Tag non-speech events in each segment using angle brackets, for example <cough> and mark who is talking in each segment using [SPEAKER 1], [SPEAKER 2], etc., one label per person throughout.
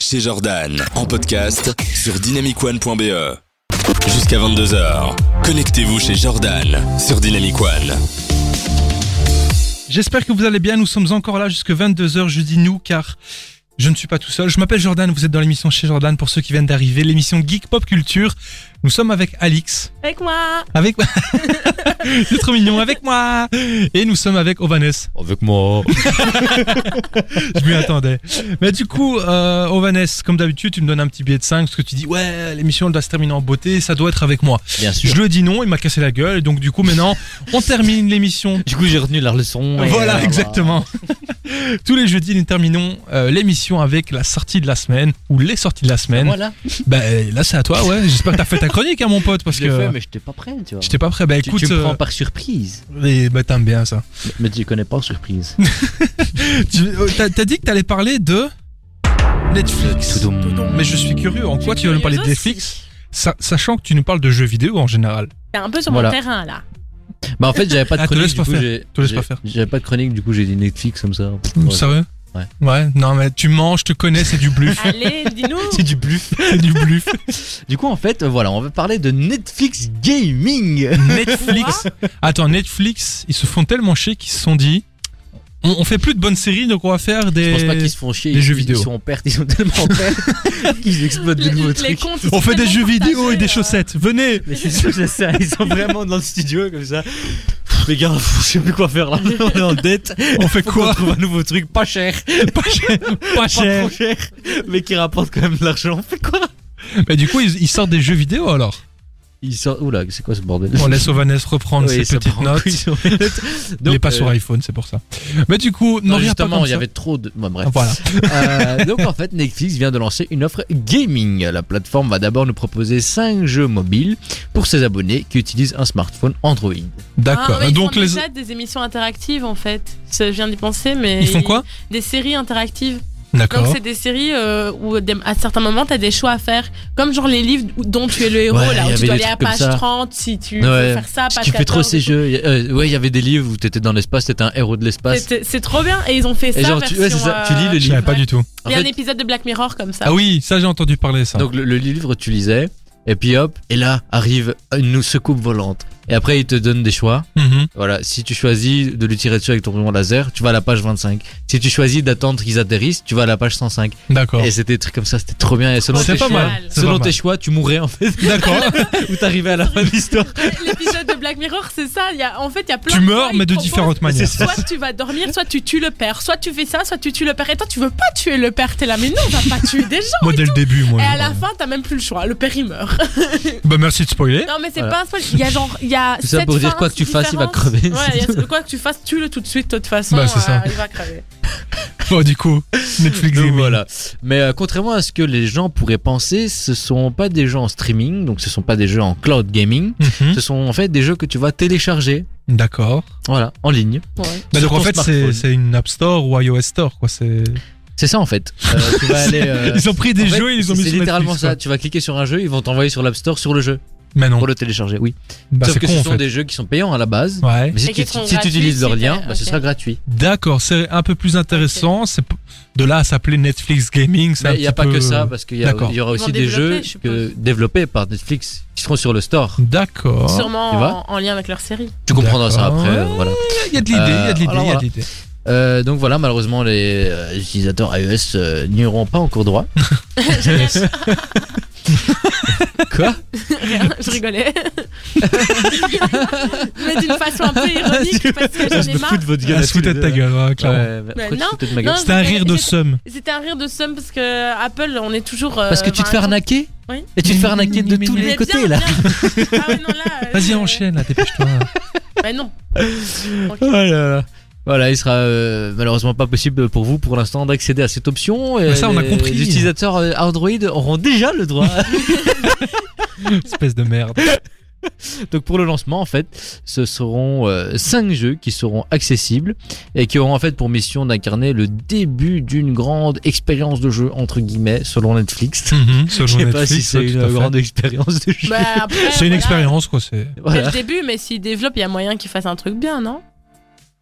[SPEAKER 1] Alex et Jordan. En podcast sur dynamicone.be. E. Jusqu'à 22h, connectez-vous chez Jordan sur Dynamic One.
[SPEAKER 2] J'espère que vous allez bien. Nous sommes encore là jusque 22h. Je dis nous car je ne suis pas tout seul. Je m'appelle Jordan. Vous êtes dans l'émission chez Jordan pour ceux qui viennent d'arriver. L'émission Geek Pop Culture. Nous sommes avec Alix.
[SPEAKER 3] Avec moi
[SPEAKER 2] Avec moi. <laughs> C'est trop mignon. Avec moi. Et nous sommes avec Ovanes.
[SPEAKER 4] Avec moi.
[SPEAKER 2] Je m'y attendais. Mais du coup, euh, Ovanes, comme d'habitude, tu me donnes un petit billet de 5 parce que tu dis Ouais, l'émission elle doit se terminer en beauté. Ça doit être avec moi.
[SPEAKER 4] Bien
[SPEAKER 2] Je le dis non. Il m'a cassé la gueule. Et donc, du coup, maintenant, on termine l'émission
[SPEAKER 4] Du coup, j'ai retenu la leçon. et
[SPEAKER 2] voilà,
[SPEAKER 4] <laughs>
[SPEAKER 2] exactement. Tous les jeudis, nous terminons euh, l'émission avec la sortie de la semaine ou les sorties de la semaine.
[SPEAKER 4] Voilà.
[SPEAKER 2] Bah, euh, là, c'est à toi, ouais. J'espère que t'as fait ta chronique, hein, mon pote, parce
[SPEAKER 4] je l'ai fait,
[SPEAKER 2] que
[SPEAKER 4] mais j'étais pas prêt, tu vois.
[SPEAKER 2] j'étais pas prêt. Bah,
[SPEAKER 4] Tu-
[SPEAKER 2] écoute,
[SPEAKER 4] tu, me prends
[SPEAKER 2] euh,
[SPEAKER 4] par surprise.
[SPEAKER 2] mais, bah, t'aimes bien ça.
[SPEAKER 4] Mais, mais tu connais pas
[SPEAKER 2] <laughs>
[SPEAKER 4] en surprise.
[SPEAKER 2] Tu- euh, T'as t'as dit que t'allais parler de Netflix.
[SPEAKER 4] Tout dum.
[SPEAKER 2] Mais je suis curieux. En quoi tu vas nous parler de
[SPEAKER 3] Curieuse
[SPEAKER 2] Netflix,
[SPEAKER 3] aussi.
[SPEAKER 2] sa- sachant que tu nous parles de jeux vidéo en général.
[SPEAKER 3] T'es un peu sur
[SPEAKER 4] Voilà.
[SPEAKER 3] mon terrain
[SPEAKER 4] <laughs>
[SPEAKER 3] là.
[SPEAKER 4] bah, en fait, j'avais pas de
[SPEAKER 2] Ah, te
[SPEAKER 4] chronique.
[SPEAKER 2] laisse
[SPEAKER 4] du
[SPEAKER 2] pas
[SPEAKER 4] coup,
[SPEAKER 2] faire.
[SPEAKER 4] j'ai-
[SPEAKER 2] Te laisse
[SPEAKER 4] j'ai-
[SPEAKER 2] pas faire.
[SPEAKER 4] J'avais pas de chronique, du coup, j'ai dit Netflix comme ça.
[SPEAKER 2] Sérieux
[SPEAKER 4] Ouais.
[SPEAKER 2] Ouais. Non, mais tu mens, je te connais, c'est du bluff.
[SPEAKER 3] Allez, dis-nous
[SPEAKER 4] <laughs> C'est du bluff.
[SPEAKER 2] c'est du bluff.
[SPEAKER 4] <laughs> Du coup, en fait, euh, voilà, on va parler de Netflix Gaming.
[SPEAKER 2] Netflix. Attends, Netflix, ils se font tellement chier qu'ils se sont dit on, on fait plus de bonnes séries, donc on va faire
[SPEAKER 4] Je pense pas
[SPEAKER 2] des.
[SPEAKER 4] qu'ils se font chier.
[SPEAKER 2] les
[SPEAKER 4] ils,
[SPEAKER 2] jeux
[SPEAKER 4] ils
[SPEAKER 2] vidéo.
[SPEAKER 4] sont en perte, ils sont tellement en perte
[SPEAKER 2] <laughs>
[SPEAKER 4] qu'ils explosent de
[SPEAKER 3] Les-
[SPEAKER 4] nouveaux
[SPEAKER 3] les
[SPEAKER 4] trucs.
[SPEAKER 3] comptes, ils
[SPEAKER 2] On
[SPEAKER 3] sont
[SPEAKER 2] fait des
[SPEAKER 3] tellement
[SPEAKER 2] jeux vidéo
[SPEAKER 3] partagés,
[SPEAKER 2] et des
[SPEAKER 3] euh,
[SPEAKER 2] chaussettes.
[SPEAKER 3] <laughs>
[SPEAKER 2] Venez
[SPEAKER 4] Mais c'est sûr que c'est ça, ils sont vraiment dans le studio comme ça. Pff, les gars, pff, je sais plus quoi faire là, <laughs> on est en dette.
[SPEAKER 2] On fait
[SPEAKER 4] Faut
[SPEAKER 2] quoi
[SPEAKER 4] qu'on trouve un nouveau truc pas cher,
[SPEAKER 2] Pas cher. Pas
[SPEAKER 4] pas
[SPEAKER 2] cher.
[SPEAKER 4] trop cher, mais qui rapporte quand même de l'argent. On fait quoi
[SPEAKER 2] Mais du coup, ils, ils sortent des jeux vidéo alors.
[SPEAKER 4] Ils sortent. Oula, c'est quoi ce bordel
[SPEAKER 2] On laisse Ovanes reprendre
[SPEAKER 4] Oui,
[SPEAKER 2] ses
[SPEAKER 4] ça
[SPEAKER 2] petites
[SPEAKER 4] part en
[SPEAKER 2] notes.
[SPEAKER 4] couille sur les notes.
[SPEAKER 2] Il est
[SPEAKER 4] Donc,
[SPEAKER 2] pas
[SPEAKER 4] euh,
[SPEAKER 2] sur iPhone, c'est pour ça. Mais du coup, non,
[SPEAKER 4] non,
[SPEAKER 2] rien pas
[SPEAKER 4] justement,
[SPEAKER 2] comme
[SPEAKER 4] il y
[SPEAKER 2] ça.
[SPEAKER 4] avait trop de. Bon, bref.
[SPEAKER 2] Voilà.
[SPEAKER 4] Euh, donc en fait, Netflix vient de lancer une offre gaming. La plateforme va d'abord nous proposer 5 jeux mobiles pour ses abonnés qui utilisent un smartphone Android.
[SPEAKER 2] D'accord.
[SPEAKER 3] Ah ouais, ils
[SPEAKER 2] donc
[SPEAKER 3] font
[SPEAKER 2] les.
[SPEAKER 3] déjà des émissions interactives en fait. Ça, Je viens d'y penser, mais.
[SPEAKER 2] Ils font quoi
[SPEAKER 3] Des séries interactives. Donc
[SPEAKER 2] D'accord.
[SPEAKER 3] c'est des séries euh, où des- à certains moments t'as des choix à faire, comme genre les livres où- dont tu es le héros
[SPEAKER 4] Ouais, il y
[SPEAKER 3] là, où
[SPEAKER 4] avait
[SPEAKER 3] tu dois
[SPEAKER 4] des
[SPEAKER 3] aller à
[SPEAKER 4] trucs comme
[SPEAKER 3] page
[SPEAKER 4] ça.
[SPEAKER 3] 30 si tu
[SPEAKER 4] Ouais.
[SPEAKER 3] veux faire ça,
[SPEAKER 4] Ce
[SPEAKER 3] page
[SPEAKER 4] qui fait trop
[SPEAKER 3] 14
[SPEAKER 4] ces
[SPEAKER 3] et tout.
[SPEAKER 4] jeux. Euh, ouais, il y avait des livres où t'étais dans l'espace, t'étais un héros de l'espace.
[SPEAKER 3] C'est- C'est trop bien et ils ont fait ça.
[SPEAKER 4] Et genre, tu- ouais,
[SPEAKER 3] version,
[SPEAKER 4] c'est ça, tu lis
[SPEAKER 3] euh,
[SPEAKER 4] le
[SPEAKER 2] Je savais pas
[SPEAKER 3] ouais.
[SPEAKER 2] du tout.
[SPEAKER 4] En
[SPEAKER 3] Il y a un
[SPEAKER 4] fait-
[SPEAKER 3] épisode de Black Mirror comme ça.
[SPEAKER 2] Ah oui, ça j'ai entendu parler ça.
[SPEAKER 4] Donc le, le livre, tu lisais, et puis hop, et là arrive une secoupe volante. Et après, il te donne des choix.
[SPEAKER 2] Mhm.
[SPEAKER 4] Voilà, si tu choisis de lui tirer dessus avec ton rayon laser, tu vas à la page 25. Si tu choisis d'attendre qu'ils atterrissent, tu vas à la page 105.
[SPEAKER 2] D'accord.
[SPEAKER 4] Et c'était des trucs comme ça, c'était trop bien. Et selon
[SPEAKER 2] Oh. C'est
[SPEAKER 4] tes
[SPEAKER 2] pas
[SPEAKER 4] choix,
[SPEAKER 2] mal. c'est
[SPEAKER 4] Selon
[SPEAKER 2] pas
[SPEAKER 4] tes
[SPEAKER 2] mal.
[SPEAKER 4] choix, tu mourrais en fait,
[SPEAKER 2] D'accord.
[SPEAKER 4] <laughs> ou t'arrivais à la fin de l'histoire.
[SPEAKER 3] <laughs> L'épisode de Black Mirror, c'est ça. Il y a, en fait, il y a plein
[SPEAKER 2] Tu
[SPEAKER 3] de
[SPEAKER 2] meurs,
[SPEAKER 3] fois, ils
[SPEAKER 2] mais de
[SPEAKER 3] proposent-
[SPEAKER 2] différentes manières.
[SPEAKER 3] Soit tu vas dormir, soit tu tues le père, soit tu fais ça, soit tu tues le père. Et toi, tu veux pas tuer le père, t'es là, mais non, on va pas tuer des gens.
[SPEAKER 2] Moi, dès le début, moi.
[SPEAKER 3] Et à
[SPEAKER 2] je-
[SPEAKER 3] la fin, t'as même plus le choix. Le père, il meurt.
[SPEAKER 2] Bah, merci de
[SPEAKER 4] <laughs>
[SPEAKER 2] spoiler.
[SPEAKER 3] Non, mais c'est
[SPEAKER 4] Voilà.
[SPEAKER 3] pas un spoil. Il y a genre. Il y a
[SPEAKER 4] Tout ça
[SPEAKER 3] sept
[SPEAKER 4] pour dire
[SPEAKER 3] fins
[SPEAKER 4] quoi que tu fasses, il va
[SPEAKER 3] différentes.
[SPEAKER 4] crever.
[SPEAKER 3] Ouais, il y a- quoi que tu fasses, tue-le tout de suite, de toute façon.
[SPEAKER 2] Bah, c'est ça.
[SPEAKER 3] euh, Il va crever.
[SPEAKER 2] Bon, du coup, Netflix
[SPEAKER 4] Donc
[SPEAKER 2] Gaming.
[SPEAKER 4] voilà. Mais euh, contrairement à ce que les gens pourraient penser, ce sont pas des jeux en streaming, donc ce sont pas des jeux en cloud gaming.
[SPEAKER 2] Mhm.
[SPEAKER 4] Ce sont en fait des jeux que tu vas télécharger,
[SPEAKER 2] D'accord.
[SPEAKER 4] voilà, en ligne.
[SPEAKER 3] Ouais.
[SPEAKER 2] Bah,
[SPEAKER 4] Sur
[SPEAKER 2] donc en
[SPEAKER 4] ton
[SPEAKER 2] fait, c'est
[SPEAKER 4] smartphone.
[SPEAKER 2] c'est une App Store ou iOS Store, quoi. C'est.
[SPEAKER 4] C'est ça en fait. Euh, tu vas
[SPEAKER 2] <laughs>
[SPEAKER 4] aller. euh,
[SPEAKER 2] Ils ont pris des
[SPEAKER 4] en fait,
[SPEAKER 2] jeux et ils les ont mis
[SPEAKER 4] C'est
[SPEAKER 2] sur
[SPEAKER 4] littéralement
[SPEAKER 2] Netflix,
[SPEAKER 4] ça. Tu vas cliquer sur un jeu, ils vont t'envoyer sur l'App Store sur le jeu
[SPEAKER 2] quoi. Mais non.
[SPEAKER 4] pour le télécharger. Oui.
[SPEAKER 2] Bah,
[SPEAKER 4] Sauf
[SPEAKER 2] c'est
[SPEAKER 4] que
[SPEAKER 2] con
[SPEAKER 4] ce
[SPEAKER 2] en
[SPEAKER 4] sont
[SPEAKER 2] fait.
[SPEAKER 4] des jeux qui sont payants à la base.
[SPEAKER 2] Ouais.
[SPEAKER 4] Mais si
[SPEAKER 3] Et qui
[SPEAKER 4] tu
[SPEAKER 3] seront
[SPEAKER 4] si tu
[SPEAKER 3] gratuits,
[SPEAKER 4] utilises leur
[SPEAKER 3] si
[SPEAKER 4] lien,
[SPEAKER 3] t'as-
[SPEAKER 4] bah, ce
[SPEAKER 3] ok.
[SPEAKER 4] sera gratuit.
[SPEAKER 2] D'accord, c'est un peu plus intéressant. C'est p- de là à s'appeler Netflix Gaming. c'est un
[SPEAKER 4] Mais il n'y a
[SPEAKER 2] petit
[SPEAKER 4] pas
[SPEAKER 2] peu- euh,
[SPEAKER 4] que ça parce qu'il y, a-
[SPEAKER 2] D'accord.
[SPEAKER 4] il y aura
[SPEAKER 3] Ils
[SPEAKER 4] aussi
[SPEAKER 3] vont
[SPEAKER 4] des jeux
[SPEAKER 3] développer, je
[SPEAKER 4] que- développés par Netflix qui seront sur le store.
[SPEAKER 2] D'accord.
[SPEAKER 4] tu vois
[SPEAKER 3] Sûrement en, en lien avec leur série. <laughs>
[SPEAKER 4] Tu comprendras ça
[SPEAKER 2] D'accord.
[SPEAKER 4] après. euh, voilà.
[SPEAKER 2] Il y a de l'idée, il y a de l'idée,
[SPEAKER 4] Euh,
[SPEAKER 2] il y a
[SPEAKER 4] alors voilà.
[SPEAKER 2] de l'idée.
[SPEAKER 4] Euh, donc voilà, malheureusement, les euh, utilisateurs iOS euh, n'y auront pas
[SPEAKER 3] <laughs>
[SPEAKER 4] encore droit. <laughs> Quoi
[SPEAKER 3] Rien, je rigolais.
[SPEAKER 4] <laughs>
[SPEAKER 3] mais d'une façon un peu ironique,
[SPEAKER 2] <laughs>
[SPEAKER 4] <laughs>
[SPEAKER 3] parce que j'en ai marre.
[SPEAKER 4] de votre
[SPEAKER 2] Elle se foutait de ta gueule, ouais, clairement.
[SPEAKER 4] Ouais, mais
[SPEAKER 3] Mais
[SPEAKER 4] pourquoi tu
[SPEAKER 3] non, Bah,
[SPEAKER 4] te foutais de ma gueule
[SPEAKER 3] non.
[SPEAKER 2] C'était un rire de
[SPEAKER 3] J'étais-
[SPEAKER 2] somme.
[SPEAKER 3] C'était un rire de somme parce que Apple, on est toujours. euh, ben,
[SPEAKER 4] Parce que tu te fais arnaquer
[SPEAKER 3] Oui.
[SPEAKER 4] Et tu te fais arnaquer de tous les côtés là.
[SPEAKER 3] <laughs> Ah ouais, non, là, euh,
[SPEAKER 2] <laughs> Vas-y,
[SPEAKER 3] euh,
[SPEAKER 2] enchaîne, là, dépêche-toi. hein.
[SPEAKER 3] <laughs> Bah non.
[SPEAKER 4] Oh là là. Voilà, il sera euh, malheureusement pas possible pour vous pour l'instant d'accéder à cette option. Et
[SPEAKER 2] Mais ça, on a
[SPEAKER 4] les-
[SPEAKER 2] compris.
[SPEAKER 4] Les utilisateurs euh, Android auront déjà le
[SPEAKER 3] <laughs>
[SPEAKER 4] droit. <laughs>
[SPEAKER 2] Espèce de merde.
[SPEAKER 4] Donc pour le lancement, en fait, ce seront 5 jeux qui seront accessibles et qui auront en fait pour mission d'incarner le début d'une grande expérience de jeu, entre guillemets, selon Netflix.
[SPEAKER 2] Mhm,
[SPEAKER 4] Je
[SPEAKER 2] Selon
[SPEAKER 4] sais pas
[SPEAKER 2] Netflix,
[SPEAKER 4] si c'est
[SPEAKER 2] ouais, tout
[SPEAKER 4] une
[SPEAKER 2] à fait.
[SPEAKER 4] grande expérience de jeu.
[SPEAKER 3] Bah, après,
[SPEAKER 2] C'est une
[SPEAKER 3] voilà.
[SPEAKER 2] expérience, quoi. C'est.
[SPEAKER 3] C'est
[SPEAKER 4] <laughs> Voilà.
[SPEAKER 3] le début, mais s'ils développent, il y a moyen qu'ils fassent un truc bien, non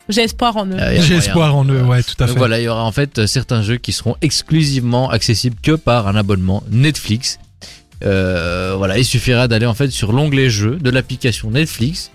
[SPEAKER 3] J'ai espoir en eux.
[SPEAKER 4] Euh, y a
[SPEAKER 2] J'ai
[SPEAKER 4] moyen.
[SPEAKER 2] espoir en eux, ouais, tout à
[SPEAKER 4] Donc
[SPEAKER 2] fait.
[SPEAKER 4] voilà, il y aura en fait euh, certains jeux qui seront exclusivement accessibles que par un abonnement Netflix. Euh, voilà, il suffira d'aller en fait sur l'onglet jeux de l'application Netflix.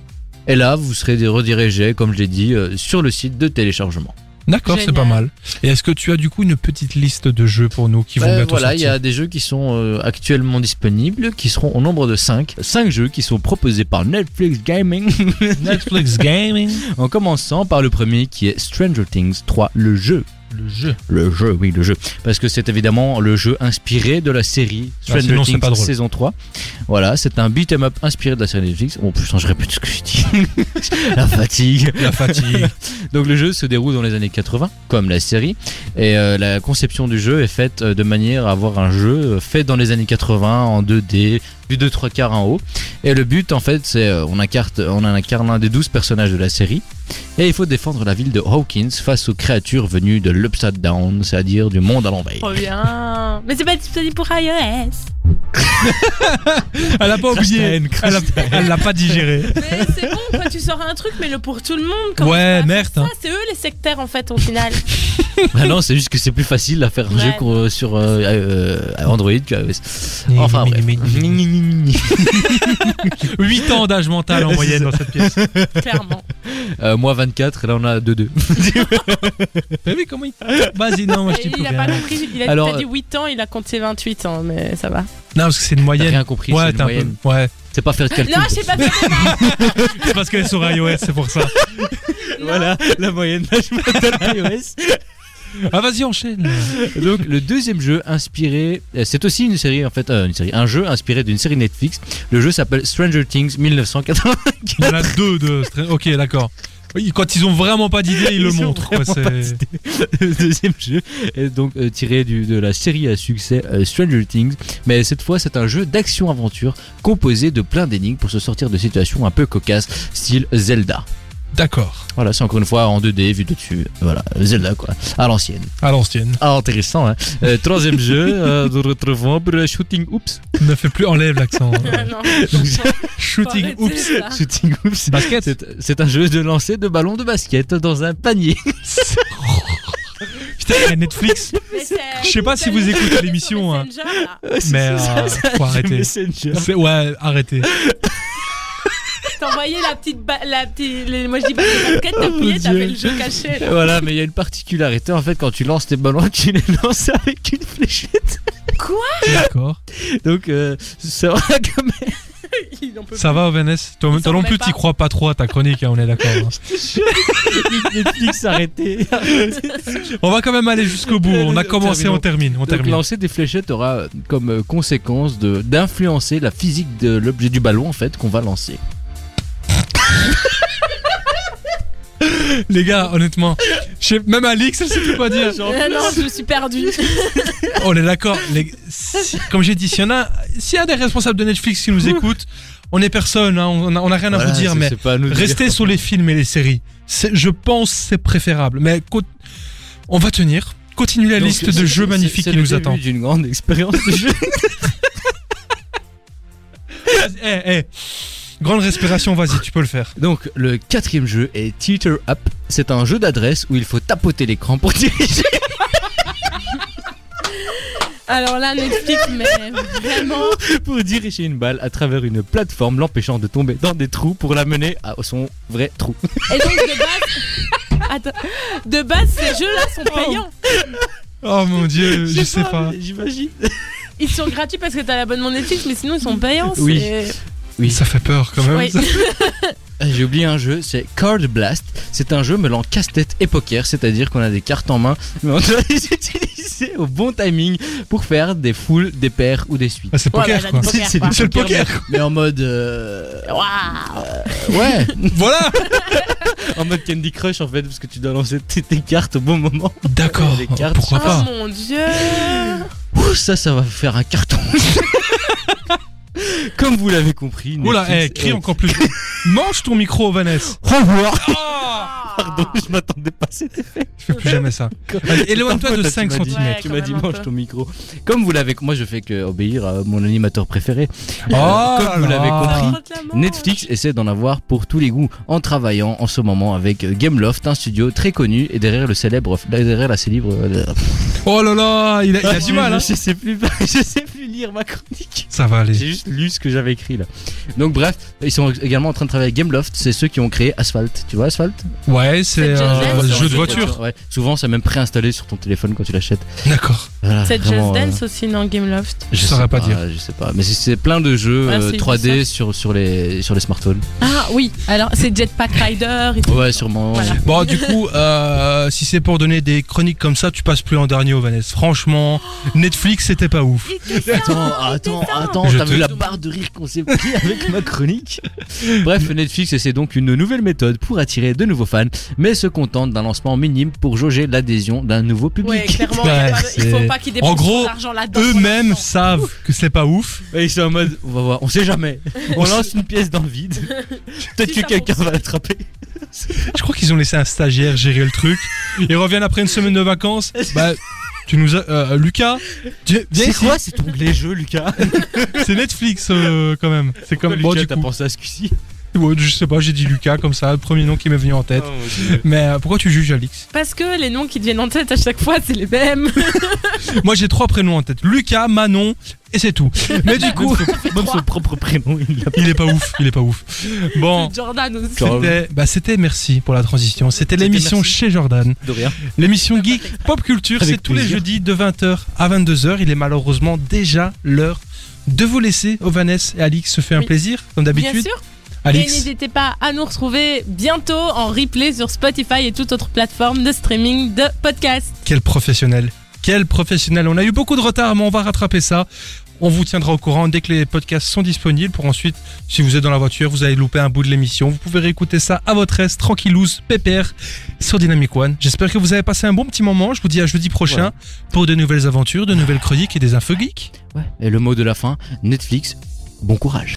[SPEAKER 4] Et là, vous serez redirigé, comme je l'ai dit, euh, sur le site de téléchargement.
[SPEAKER 2] D'accord, c'est
[SPEAKER 3] Génial.
[SPEAKER 2] pas mal. Et est-ce que tu as du coup une petite liste de jeux pour nous qui vont
[SPEAKER 4] Ben,
[SPEAKER 2] bientôt
[SPEAKER 4] voilà, il y
[SPEAKER 2] sortir
[SPEAKER 4] a des jeux qui sont euh, actuellement disponibles, qui seront au nombre de 5. 5 jeux qui sont proposés par Netflix Gaming, <laughs>
[SPEAKER 2] Netflix Gaming,
[SPEAKER 4] en commençant par le premier qui est Stranger Things 3, le jeu.
[SPEAKER 2] le jeu.
[SPEAKER 4] Le jeu, oui, le jeu. Parce que c'est évidemment le jeu inspiré de la série Stranger
[SPEAKER 2] Ah, sinon, c'est
[SPEAKER 4] Things
[SPEAKER 2] pas drôle.
[SPEAKER 4] saison 3. Voilà, c'est un beat'em up inspiré de la série Netflix. Bon, putain, je répète ce que j'ai dit. <laughs> la fatigue.
[SPEAKER 2] La fatigue.
[SPEAKER 4] Donc le jeu se déroule dans les années 80, comme la série, et euh, la conception du jeu est faite euh, de manière à avoir un jeu euh, fait dans les années 80 en 2D, du 2 3 quarts en haut. Et le but en fait c'est euh, on, incarne, on incarne un des 12 personnages de la série, et il faut défendre la ville de Hawkins face aux créatures venues de l'Upside Down, c'est-à-dire du monde à l'envers.
[SPEAKER 3] Trop bien. Mais c'est pas disponible pour iOS.
[SPEAKER 2] <laughs> Elle a pas oublié. Elle a- Elle l'a pas digéré.
[SPEAKER 3] Mais c'est bon, quoi, tu sors un truc, mais le pour tout le monde. <laughs> comment
[SPEAKER 2] Ouais,
[SPEAKER 3] tu vas faire
[SPEAKER 2] merde, hein.
[SPEAKER 3] Ça, c'est eux les sectaires en fait, au final.
[SPEAKER 4] Bah non, c'est juste que c'est plus facile à faire un
[SPEAKER 3] Ouais.
[SPEAKER 4] jeu qu'au- sur euh, euh, Android que
[SPEAKER 2] <laughs>
[SPEAKER 4] iOS. Enfin, bref.
[SPEAKER 2] 8 ans d'âge mental en moyenne dans cette <laughs> pièce.
[SPEAKER 3] Clairement.
[SPEAKER 4] Euh, moi 24, et là on a 2-2.
[SPEAKER 2] T'as vu comment il. Vas-y, non, moi je dis
[SPEAKER 3] Et
[SPEAKER 2] plus
[SPEAKER 3] il a
[SPEAKER 2] rien.
[SPEAKER 3] pas compris. Il a
[SPEAKER 4] Alors,
[SPEAKER 3] t'as dit 8 ans, il a compté 28 ans, mais ça va.
[SPEAKER 2] Non, parce que c'est une
[SPEAKER 4] T'as
[SPEAKER 2] moyenne.
[SPEAKER 4] rien compris, c'est
[SPEAKER 2] Ouais,
[SPEAKER 4] une
[SPEAKER 2] t'as un
[SPEAKER 4] moyenne.
[SPEAKER 2] peu. Ouais.
[SPEAKER 4] C'est pas faire de calcul.
[SPEAKER 3] Non, je sais pas fait des maths.
[SPEAKER 2] C'est parce qu'elle est sur iOS, c'est pour ça.
[SPEAKER 4] <laughs> Voilà, la moyenne d'âge mental iOS.
[SPEAKER 2] Ah, vas-y, enchaîne.
[SPEAKER 4] <laughs> Donc le deuxième jeu inspiré, euh, c'est aussi une série en fait, euh, une série, un jeu inspiré d'une série Netflix. Le jeu s'appelle Stranger Things 1980.
[SPEAKER 2] Il y en a deux de. Ok, d'accord. Oui, Quand ils ont vraiment pas d'idée, ils le
[SPEAKER 4] Ils ont
[SPEAKER 2] montrent. quoi,
[SPEAKER 4] vraiment
[SPEAKER 2] c'est-
[SPEAKER 4] pas d'idée. le <laughs> deuxième jeu est donc euh, tiré du- de la série à succès euh, Stranger Things, mais cette fois c'est un jeu d'action-aventure composé de plein d'énigmes pour se sortir de situations un peu cocasses, style Zelda.
[SPEAKER 2] D'accord.
[SPEAKER 4] Voilà, c'est encore une fois en 2D vu de dessus. Voilà, Zelda quoi, à l'ancienne.
[SPEAKER 2] À l'ancienne.
[SPEAKER 4] Ah, intéressant. Hein. Euh, troisième jeu, euh, nous retrouvons pour euh, Shooting Oops.
[SPEAKER 2] Ne fais plus, enlève
[SPEAKER 3] <laughs>
[SPEAKER 2] l'accent.
[SPEAKER 3] Ah, non.
[SPEAKER 2] Shooting,
[SPEAKER 3] Faut arrêter
[SPEAKER 2] oups.
[SPEAKER 3] ça.
[SPEAKER 4] Shooting Oops.
[SPEAKER 2] Basket.
[SPEAKER 4] C'est- C'est un jeu de lancer de ballons de basket dans
[SPEAKER 2] <laughs>
[SPEAKER 4] un panier.
[SPEAKER 2] Putain, il y a
[SPEAKER 3] <laughs>
[SPEAKER 2] Netflix.
[SPEAKER 3] Mais c'est-
[SPEAKER 2] Je sais pas si vous écoutez l'émission, hein.
[SPEAKER 3] Messenger, là.
[SPEAKER 2] Mais euh, faut arrêter.
[SPEAKER 4] Messenger.
[SPEAKER 2] C'est- Ouais, arrêtez.
[SPEAKER 3] T'envoyais la petite. ba- La petite les- moi je dis pas les baskets,
[SPEAKER 2] Oh
[SPEAKER 3] t'appuyais,
[SPEAKER 4] mon
[SPEAKER 3] t'avais
[SPEAKER 4] Dieu.
[SPEAKER 3] le jeu
[SPEAKER 2] <laughs>
[SPEAKER 3] caché. là.
[SPEAKER 4] Voilà, mais il y a une particularité en fait quand tu lances tes ballons, <laughs> tu les lances avec une fléchette.
[SPEAKER 2] D'accord.
[SPEAKER 4] Donc euh, ça va quand même.
[SPEAKER 3] Il en peut
[SPEAKER 2] Ça
[SPEAKER 3] plus.
[SPEAKER 2] va, Vanessa Toi
[SPEAKER 3] Il s'en
[SPEAKER 2] toi non plus,
[SPEAKER 3] remet
[SPEAKER 2] t'y
[SPEAKER 3] pas.
[SPEAKER 2] crois pas trop à ta chronique, hein, on est d'accord. hein.
[SPEAKER 3] <laughs>
[SPEAKER 4] Netflix arrêté.
[SPEAKER 2] On va quand même aller jusqu'au bout. On a commencé, on termine. <laughs> On
[SPEAKER 4] Donc,
[SPEAKER 2] termine.
[SPEAKER 4] lancer des fléchettes aura comme euh, conséquence de d'influencer la physique de l'objet du ballon en fait qu'on va lancer.
[SPEAKER 2] Les gars, honnêtement, je sais- même Alix, elle sait plus quoi dire.
[SPEAKER 3] Ah non, je me suis perdue.
[SPEAKER 2] On est d'accord. les- si- Comme j'ai dit, s'il y en a, s'il y a des responsables de Netflix qui nous écoutent, on est personne, hein, on, a, on a rien à
[SPEAKER 4] Voilà,
[SPEAKER 2] vous dire,
[SPEAKER 4] c'est-
[SPEAKER 2] mais
[SPEAKER 4] c'est pas à nous de dire.
[SPEAKER 2] restez sur les films et les séries. C'est- Je pense c'est préférable. Mais co- on va tenir. Continue la
[SPEAKER 4] Donc,
[SPEAKER 2] liste de
[SPEAKER 4] c'est-
[SPEAKER 2] jeux
[SPEAKER 4] c'est-
[SPEAKER 2] magnifiques
[SPEAKER 4] c'est
[SPEAKER 2] qui
[SPEAKER 4] le
[SPEAKER 2] nous
[SPEAKER 4] début
[SPEAKER 2] attend.
[SPEAKER 4] d'une grande expérience de jeu.
[SPEAKER 2] Eh, eh, Grande respiration, vas-y, tu peux le faire.
[SPEAKER 4] Donc le quatrième jeu est Teeter Up. C'est un jeu d'adresse où il faut tapoter l'écran pour <laughs> diriger.
[SPEAKER 3] Alors là, Netflix, mais vraiment.
[SPEAKER 4] pour diriger une balle à travers une plateforme l'empêchant de tomber dans des trous pour la mener à son vrai trou.
[SPEAKER 3] Et donc de base. Attends. De base, ces jeux-là sont payants.
[SPEAKER 2] Oh mon dieu, je sais pas.
[SPEAKER 4] J'imagine.
[SPEAKER 3] Ils sont gratuits parce que t'as l'abonnement Netflix, mais sinon ils sont payants. c'est-
[SPEAKER 4] Oui. Oui.
[SPEAKER 2] Ça fait peur quand même.
[SPEAKER 3] Oui.
[SPEAKER 2] ça.
[SPEAKER 4] J'ai oublié un jeu, c'est Card Blast. C'est un jeu mêlant casse-tête et poker, c'est-à-dire qu'on a des cartes en main, mais on doit <laughs> les utiliser au bon timing pour faire des foules, des paires ou des suites.
[SPEAKER 2] Ah, c'est
[SPEAKER 3] Voilà,
[SPEAKER 2] poker
[SPEAKER 3] la
[SPEAKER 2] quoi.
[SPEAKER 3] poker,
[SPEAKER 4] C'est- c'est
[SPEAKER 3] quoi.
[SPEAKER 2] C'est le
[SPEAKER 4] Poker,
[SPEAKER 2] poker.
[SPEAKER 4] Mais en mode... euh,
[SPEAKER 3] Waouh.
[SPEAKER 4] ouais,
[SPEAKER 2] Voilà.
[SPEAKER 4] en mode Candy Crush en fait, parce que tu dois lancer tes, tes cartes au bon moment.
[SPEAKER 2] D'accord.
[SPEAKER 4] Les cartes.
[SPEAKER 2] Pourquoi
[SPEAKER 3] Oh
[SPEAKER 2] pas
[SPEAKER 3] mon dieu.
[SPEAKER 4] Ouh, ça, ça va faire un carton. <laughs> Comme vous l'avez compris.
[SPEAKER 2] Oula,
[SPEAKER 4] Netflix <laughs>
[SPEAKER 2] eh, crie
[SPEAKER 4] est-
[SPEAKER 2] encore plus. Mange ton micro, Vanessa.
[SPEAKER 4] Au revoir.
[SPEAKER 3] Ah.
[SPEAKER 4] Pardon, <laughs> je m'attendais pas à cet effet.
[SPEAKER 2] Je fais plus jamais ça. Allez, Éloigne-toi
[SPEAKER 4] Parfois,
[SPEAKER 2] de
[SPEAKER 4] toi, tu
[SPEAKER 2] 5
[SPEAKER 4] m'as dit-
[SPEAKER 2] cm.
[SPEAKER 3] Ouais,
[SPEAKER 4] tu
[SPEAKER 3] quand
[SPEAKER 4] m'as
[SPEAKER 3] même
[SPEAKER 4] dit
[SPEAKER 3] un
[SPEAKER 4] mange
[SPEAKER 3] peu.
[SPEAKER 4] ton micro. Comme vous l'avez, moi je fais que obéir à mon animateur préféré. Euh,
[SPEAKER 2] Oh
[SPEAKER 4] Comme vous
[SPEAKER 2] là
[SPEAKER 4] l'avez
[SPEAKER 2] là.
[SPEAKER 4] compris,
[SPEAKER 3] Clairement.
[SPEAKER 4] Netflix essaie d'en avoir pour tous les goûts en travaillant en ce moment avec Gameloft, un studio très connu et derrière le célèbre, derrière la célèbre. Ah,
[SPEAKER 2] Oh là là, il a, il a du mal. hein.
[SPEAKER 4] Je sais plus, <laughs> je sais plus lire ma chronique.
[SPEAKER 2] Ça va aller.
[SPEAKER 4] J'ai juste lu ce que j'avais écrit là. Donc bref, ils sont également en train de travailler avec Gameloft. C'est ceux qui ont créé Asphalt. Tu vois Asphalt
[SPEAKER 2] Ouais, c'est
[SPEAKER 3] C'est
[SPEAKER 2] un
[SPEAKER 3] Just Dance,
[SPEAKER 2] jeu de
[SPEAKER 3] c'est
[SPEAKER 2] voiture.
[SPEAKER 4] Ouais. Souvent, c'est même préinstallé sur ton téléphone quand tu l'achètes.
[SPEAKER 2] D'accord.
[SPEAKER 4] Voilà,
[SPEAKER 3] C'est
[SPEAKER 4] vraiment,
[SPEAKER 3] Just
[SPEAKER 4] euh,
[SPEAKER 3] Dance aussi dans Gameloft.
[SPEAKER 2] Je saurais
[SPEAKER 4] sais
[SPEAKER 2] pas dire.
[SPEAKER 4] Je sais pas, mais c'est- c'est plein de jeux
[SPEAKER 3] Ah,
[SPEAKER 4] euh,
[SPEAKER 3] c'est
[SPEAKER 4] 3D sur, sur, les, sur les smartphones.
[SPEAKER 3] Ah oui, alors c'est Jetpack Rider. et tout.
[SPEAKER 4] Ouais, sûrement.
[SPEAKER 3] Voilà.
[SPEAKER 2] Bon, du coup, euh, si c'est pour donner des chroniques comme ça, tu passes plus en dernier au Vanessa. Franchement, Netflix, c'était pas ouf.
[SPEAKER 4] Attends, attends, attends,
[SPEAKER 2] Je
[SPEAKER 4] t'as
[SPEAKER 2] te
[SPEAKER 4] vu la
[SPEAKER 2] demande.
[SPEAKER 4] barre de rire qu'on s'est pris <laughs> avec ma chronique Bref, Netflix essaie donc une nouvelle méthode pour attirer de nouveaux fans, mais se contente d'un lancement minime pour jauger l'adhésion d'un nouveau public.
[SPEAKER 3] Ouais, clairement,
[SPEAKER 2] Ouais,
[SPEAKER 3] il
[SPEAKER 2] c'est-
[SPEAKER 3] faut pas qu'ils
[SPEAKER 2] En
[SPEAKER 3] dépensent
[SPEAKER 2] gros,
[SPEAKER 3] trop d'argent là-dedans. pour
[SPEAKER 2] Eux-mêmes
[SPEAKER 3] l'instant.
[SPEAKER 2] savent que c'est pas ouf.
[SPEAKER 4] Et ils sont en mode, on va voir, on sait jamais.
[SPEAKER 2] <laughs>
[SPEAKER 4] On lance une pièce dans le vide. Peut-être
[SPEAKER 3] Si
[SPEAKER 4] que
[SPEAKER 3] ça
[SPEAKER 4] quelqu'un va l'attraper.
[SPEAKER 2] Je crois qu'ils ont laissé un stagiaire gérer le truc. Ils reviennent après une semaine de vacances. Bah, tu nous as. euh, Lucas, tu- viens ici.
[SPEAKER 4] cet onglet jeu, Lucas
[SPEAKER 2] C'est Netflix euh, quand même. C'est <laughs> comme.
[SPEAKER 4] Pourquoi,
[SPEAKER 2] Bon,
[SPEAKER 4] Lucas,
[SPEAKER 2] du
[SPEAKER 4] t'as
[SPEAKER 2] coup,
[SPEAKER 4] pensé à ce coup-ci
[SPEAKER 2] ouais, je sais pas, j'ai dit Lucas comme ça, le premier nom qui m'est venu en tête.
[SPEAKER 4] Oh, mon Dieu.
[SPEAKER 2] Mais euh, pourquoi tu juges Alix
[SPEAKER 3] Parce que les noms qui deviennent en tête à chaque fois, c'est les mêmes.
[SPEAKER 2] Moi j'ai trois prénoms en tête Lucas, Manon, et c'est tout. Mais du
[SPEAKER 4] <laughs>
[SPEAKER 2] coup, <laughs>
[SPEAKER 4] Même son propre prénom, il l'a
[SPEAKER 2] il est pas ouf, il est pas ouf. Bon.
[SPEAKER 3] <laughs> Jordan aussi.
[SPEAKER 4] Genre,
[SPEAKER 2] C'était, bah c'était merci pour la transition. C'était
[SPEAKER 4] C'était
[SPEAKER 2] l'émission
[SPEAKER 4] merci.
[SPEAKER 2] chez
[SPEAKER 4] <laughs>
[SPEAKER 2] Jordan.
[SPEAKER 4] de rien.
[SPEAKER 2] L'émission geek pop culture,
[SPEAKER 4] Avec
[SPEAKER 2] c'est tous les
[SPEAKER 4] plaisir.
[SPEAKER 2] jeudis de 20h à 22h. Il est malheureusement déjà l'heure de vous laisser. Ovanès et Alix se fait un
[SPEAKER 3] Oui.
[SPEAKER 2] plaisir, comme
[SPEAKER 3] Bien
[SPEAKER 2] d'habitude.
[SPEAKER 3] sûr. Et
[SPEAKER 2] Alix,
[SPEAKER 3] n'hésitez pas à nous retrouver bientôt en replay sur Spotify et toute autre plateforme de streaming de podcast.
[SPEAKER 2] quel professionnel. Quel professionnel. On a eu beaucoup de retard, mais on va rattraper ça. On vous tiendra au courant dès que les podcasts sont disponibles pour ensuite, si vous êtes dans la voiture, vous avez loupé un bout de l'émission. Vous pouvez réécouter ça à votre aise, tranquillouse, pépère, sur Dynamic One. J'espère que vous avez passé un bon petit moment. Je vous dis à jeudi prochain
[SPEAKER 4] Voilà.
[SPEAKER 2] pour de nouvelles aventures, de nouvelles chroniques et des infos geeks.
[SPEAKER 4] Ouais. Et le mot de la fin, Netflix, bon courage.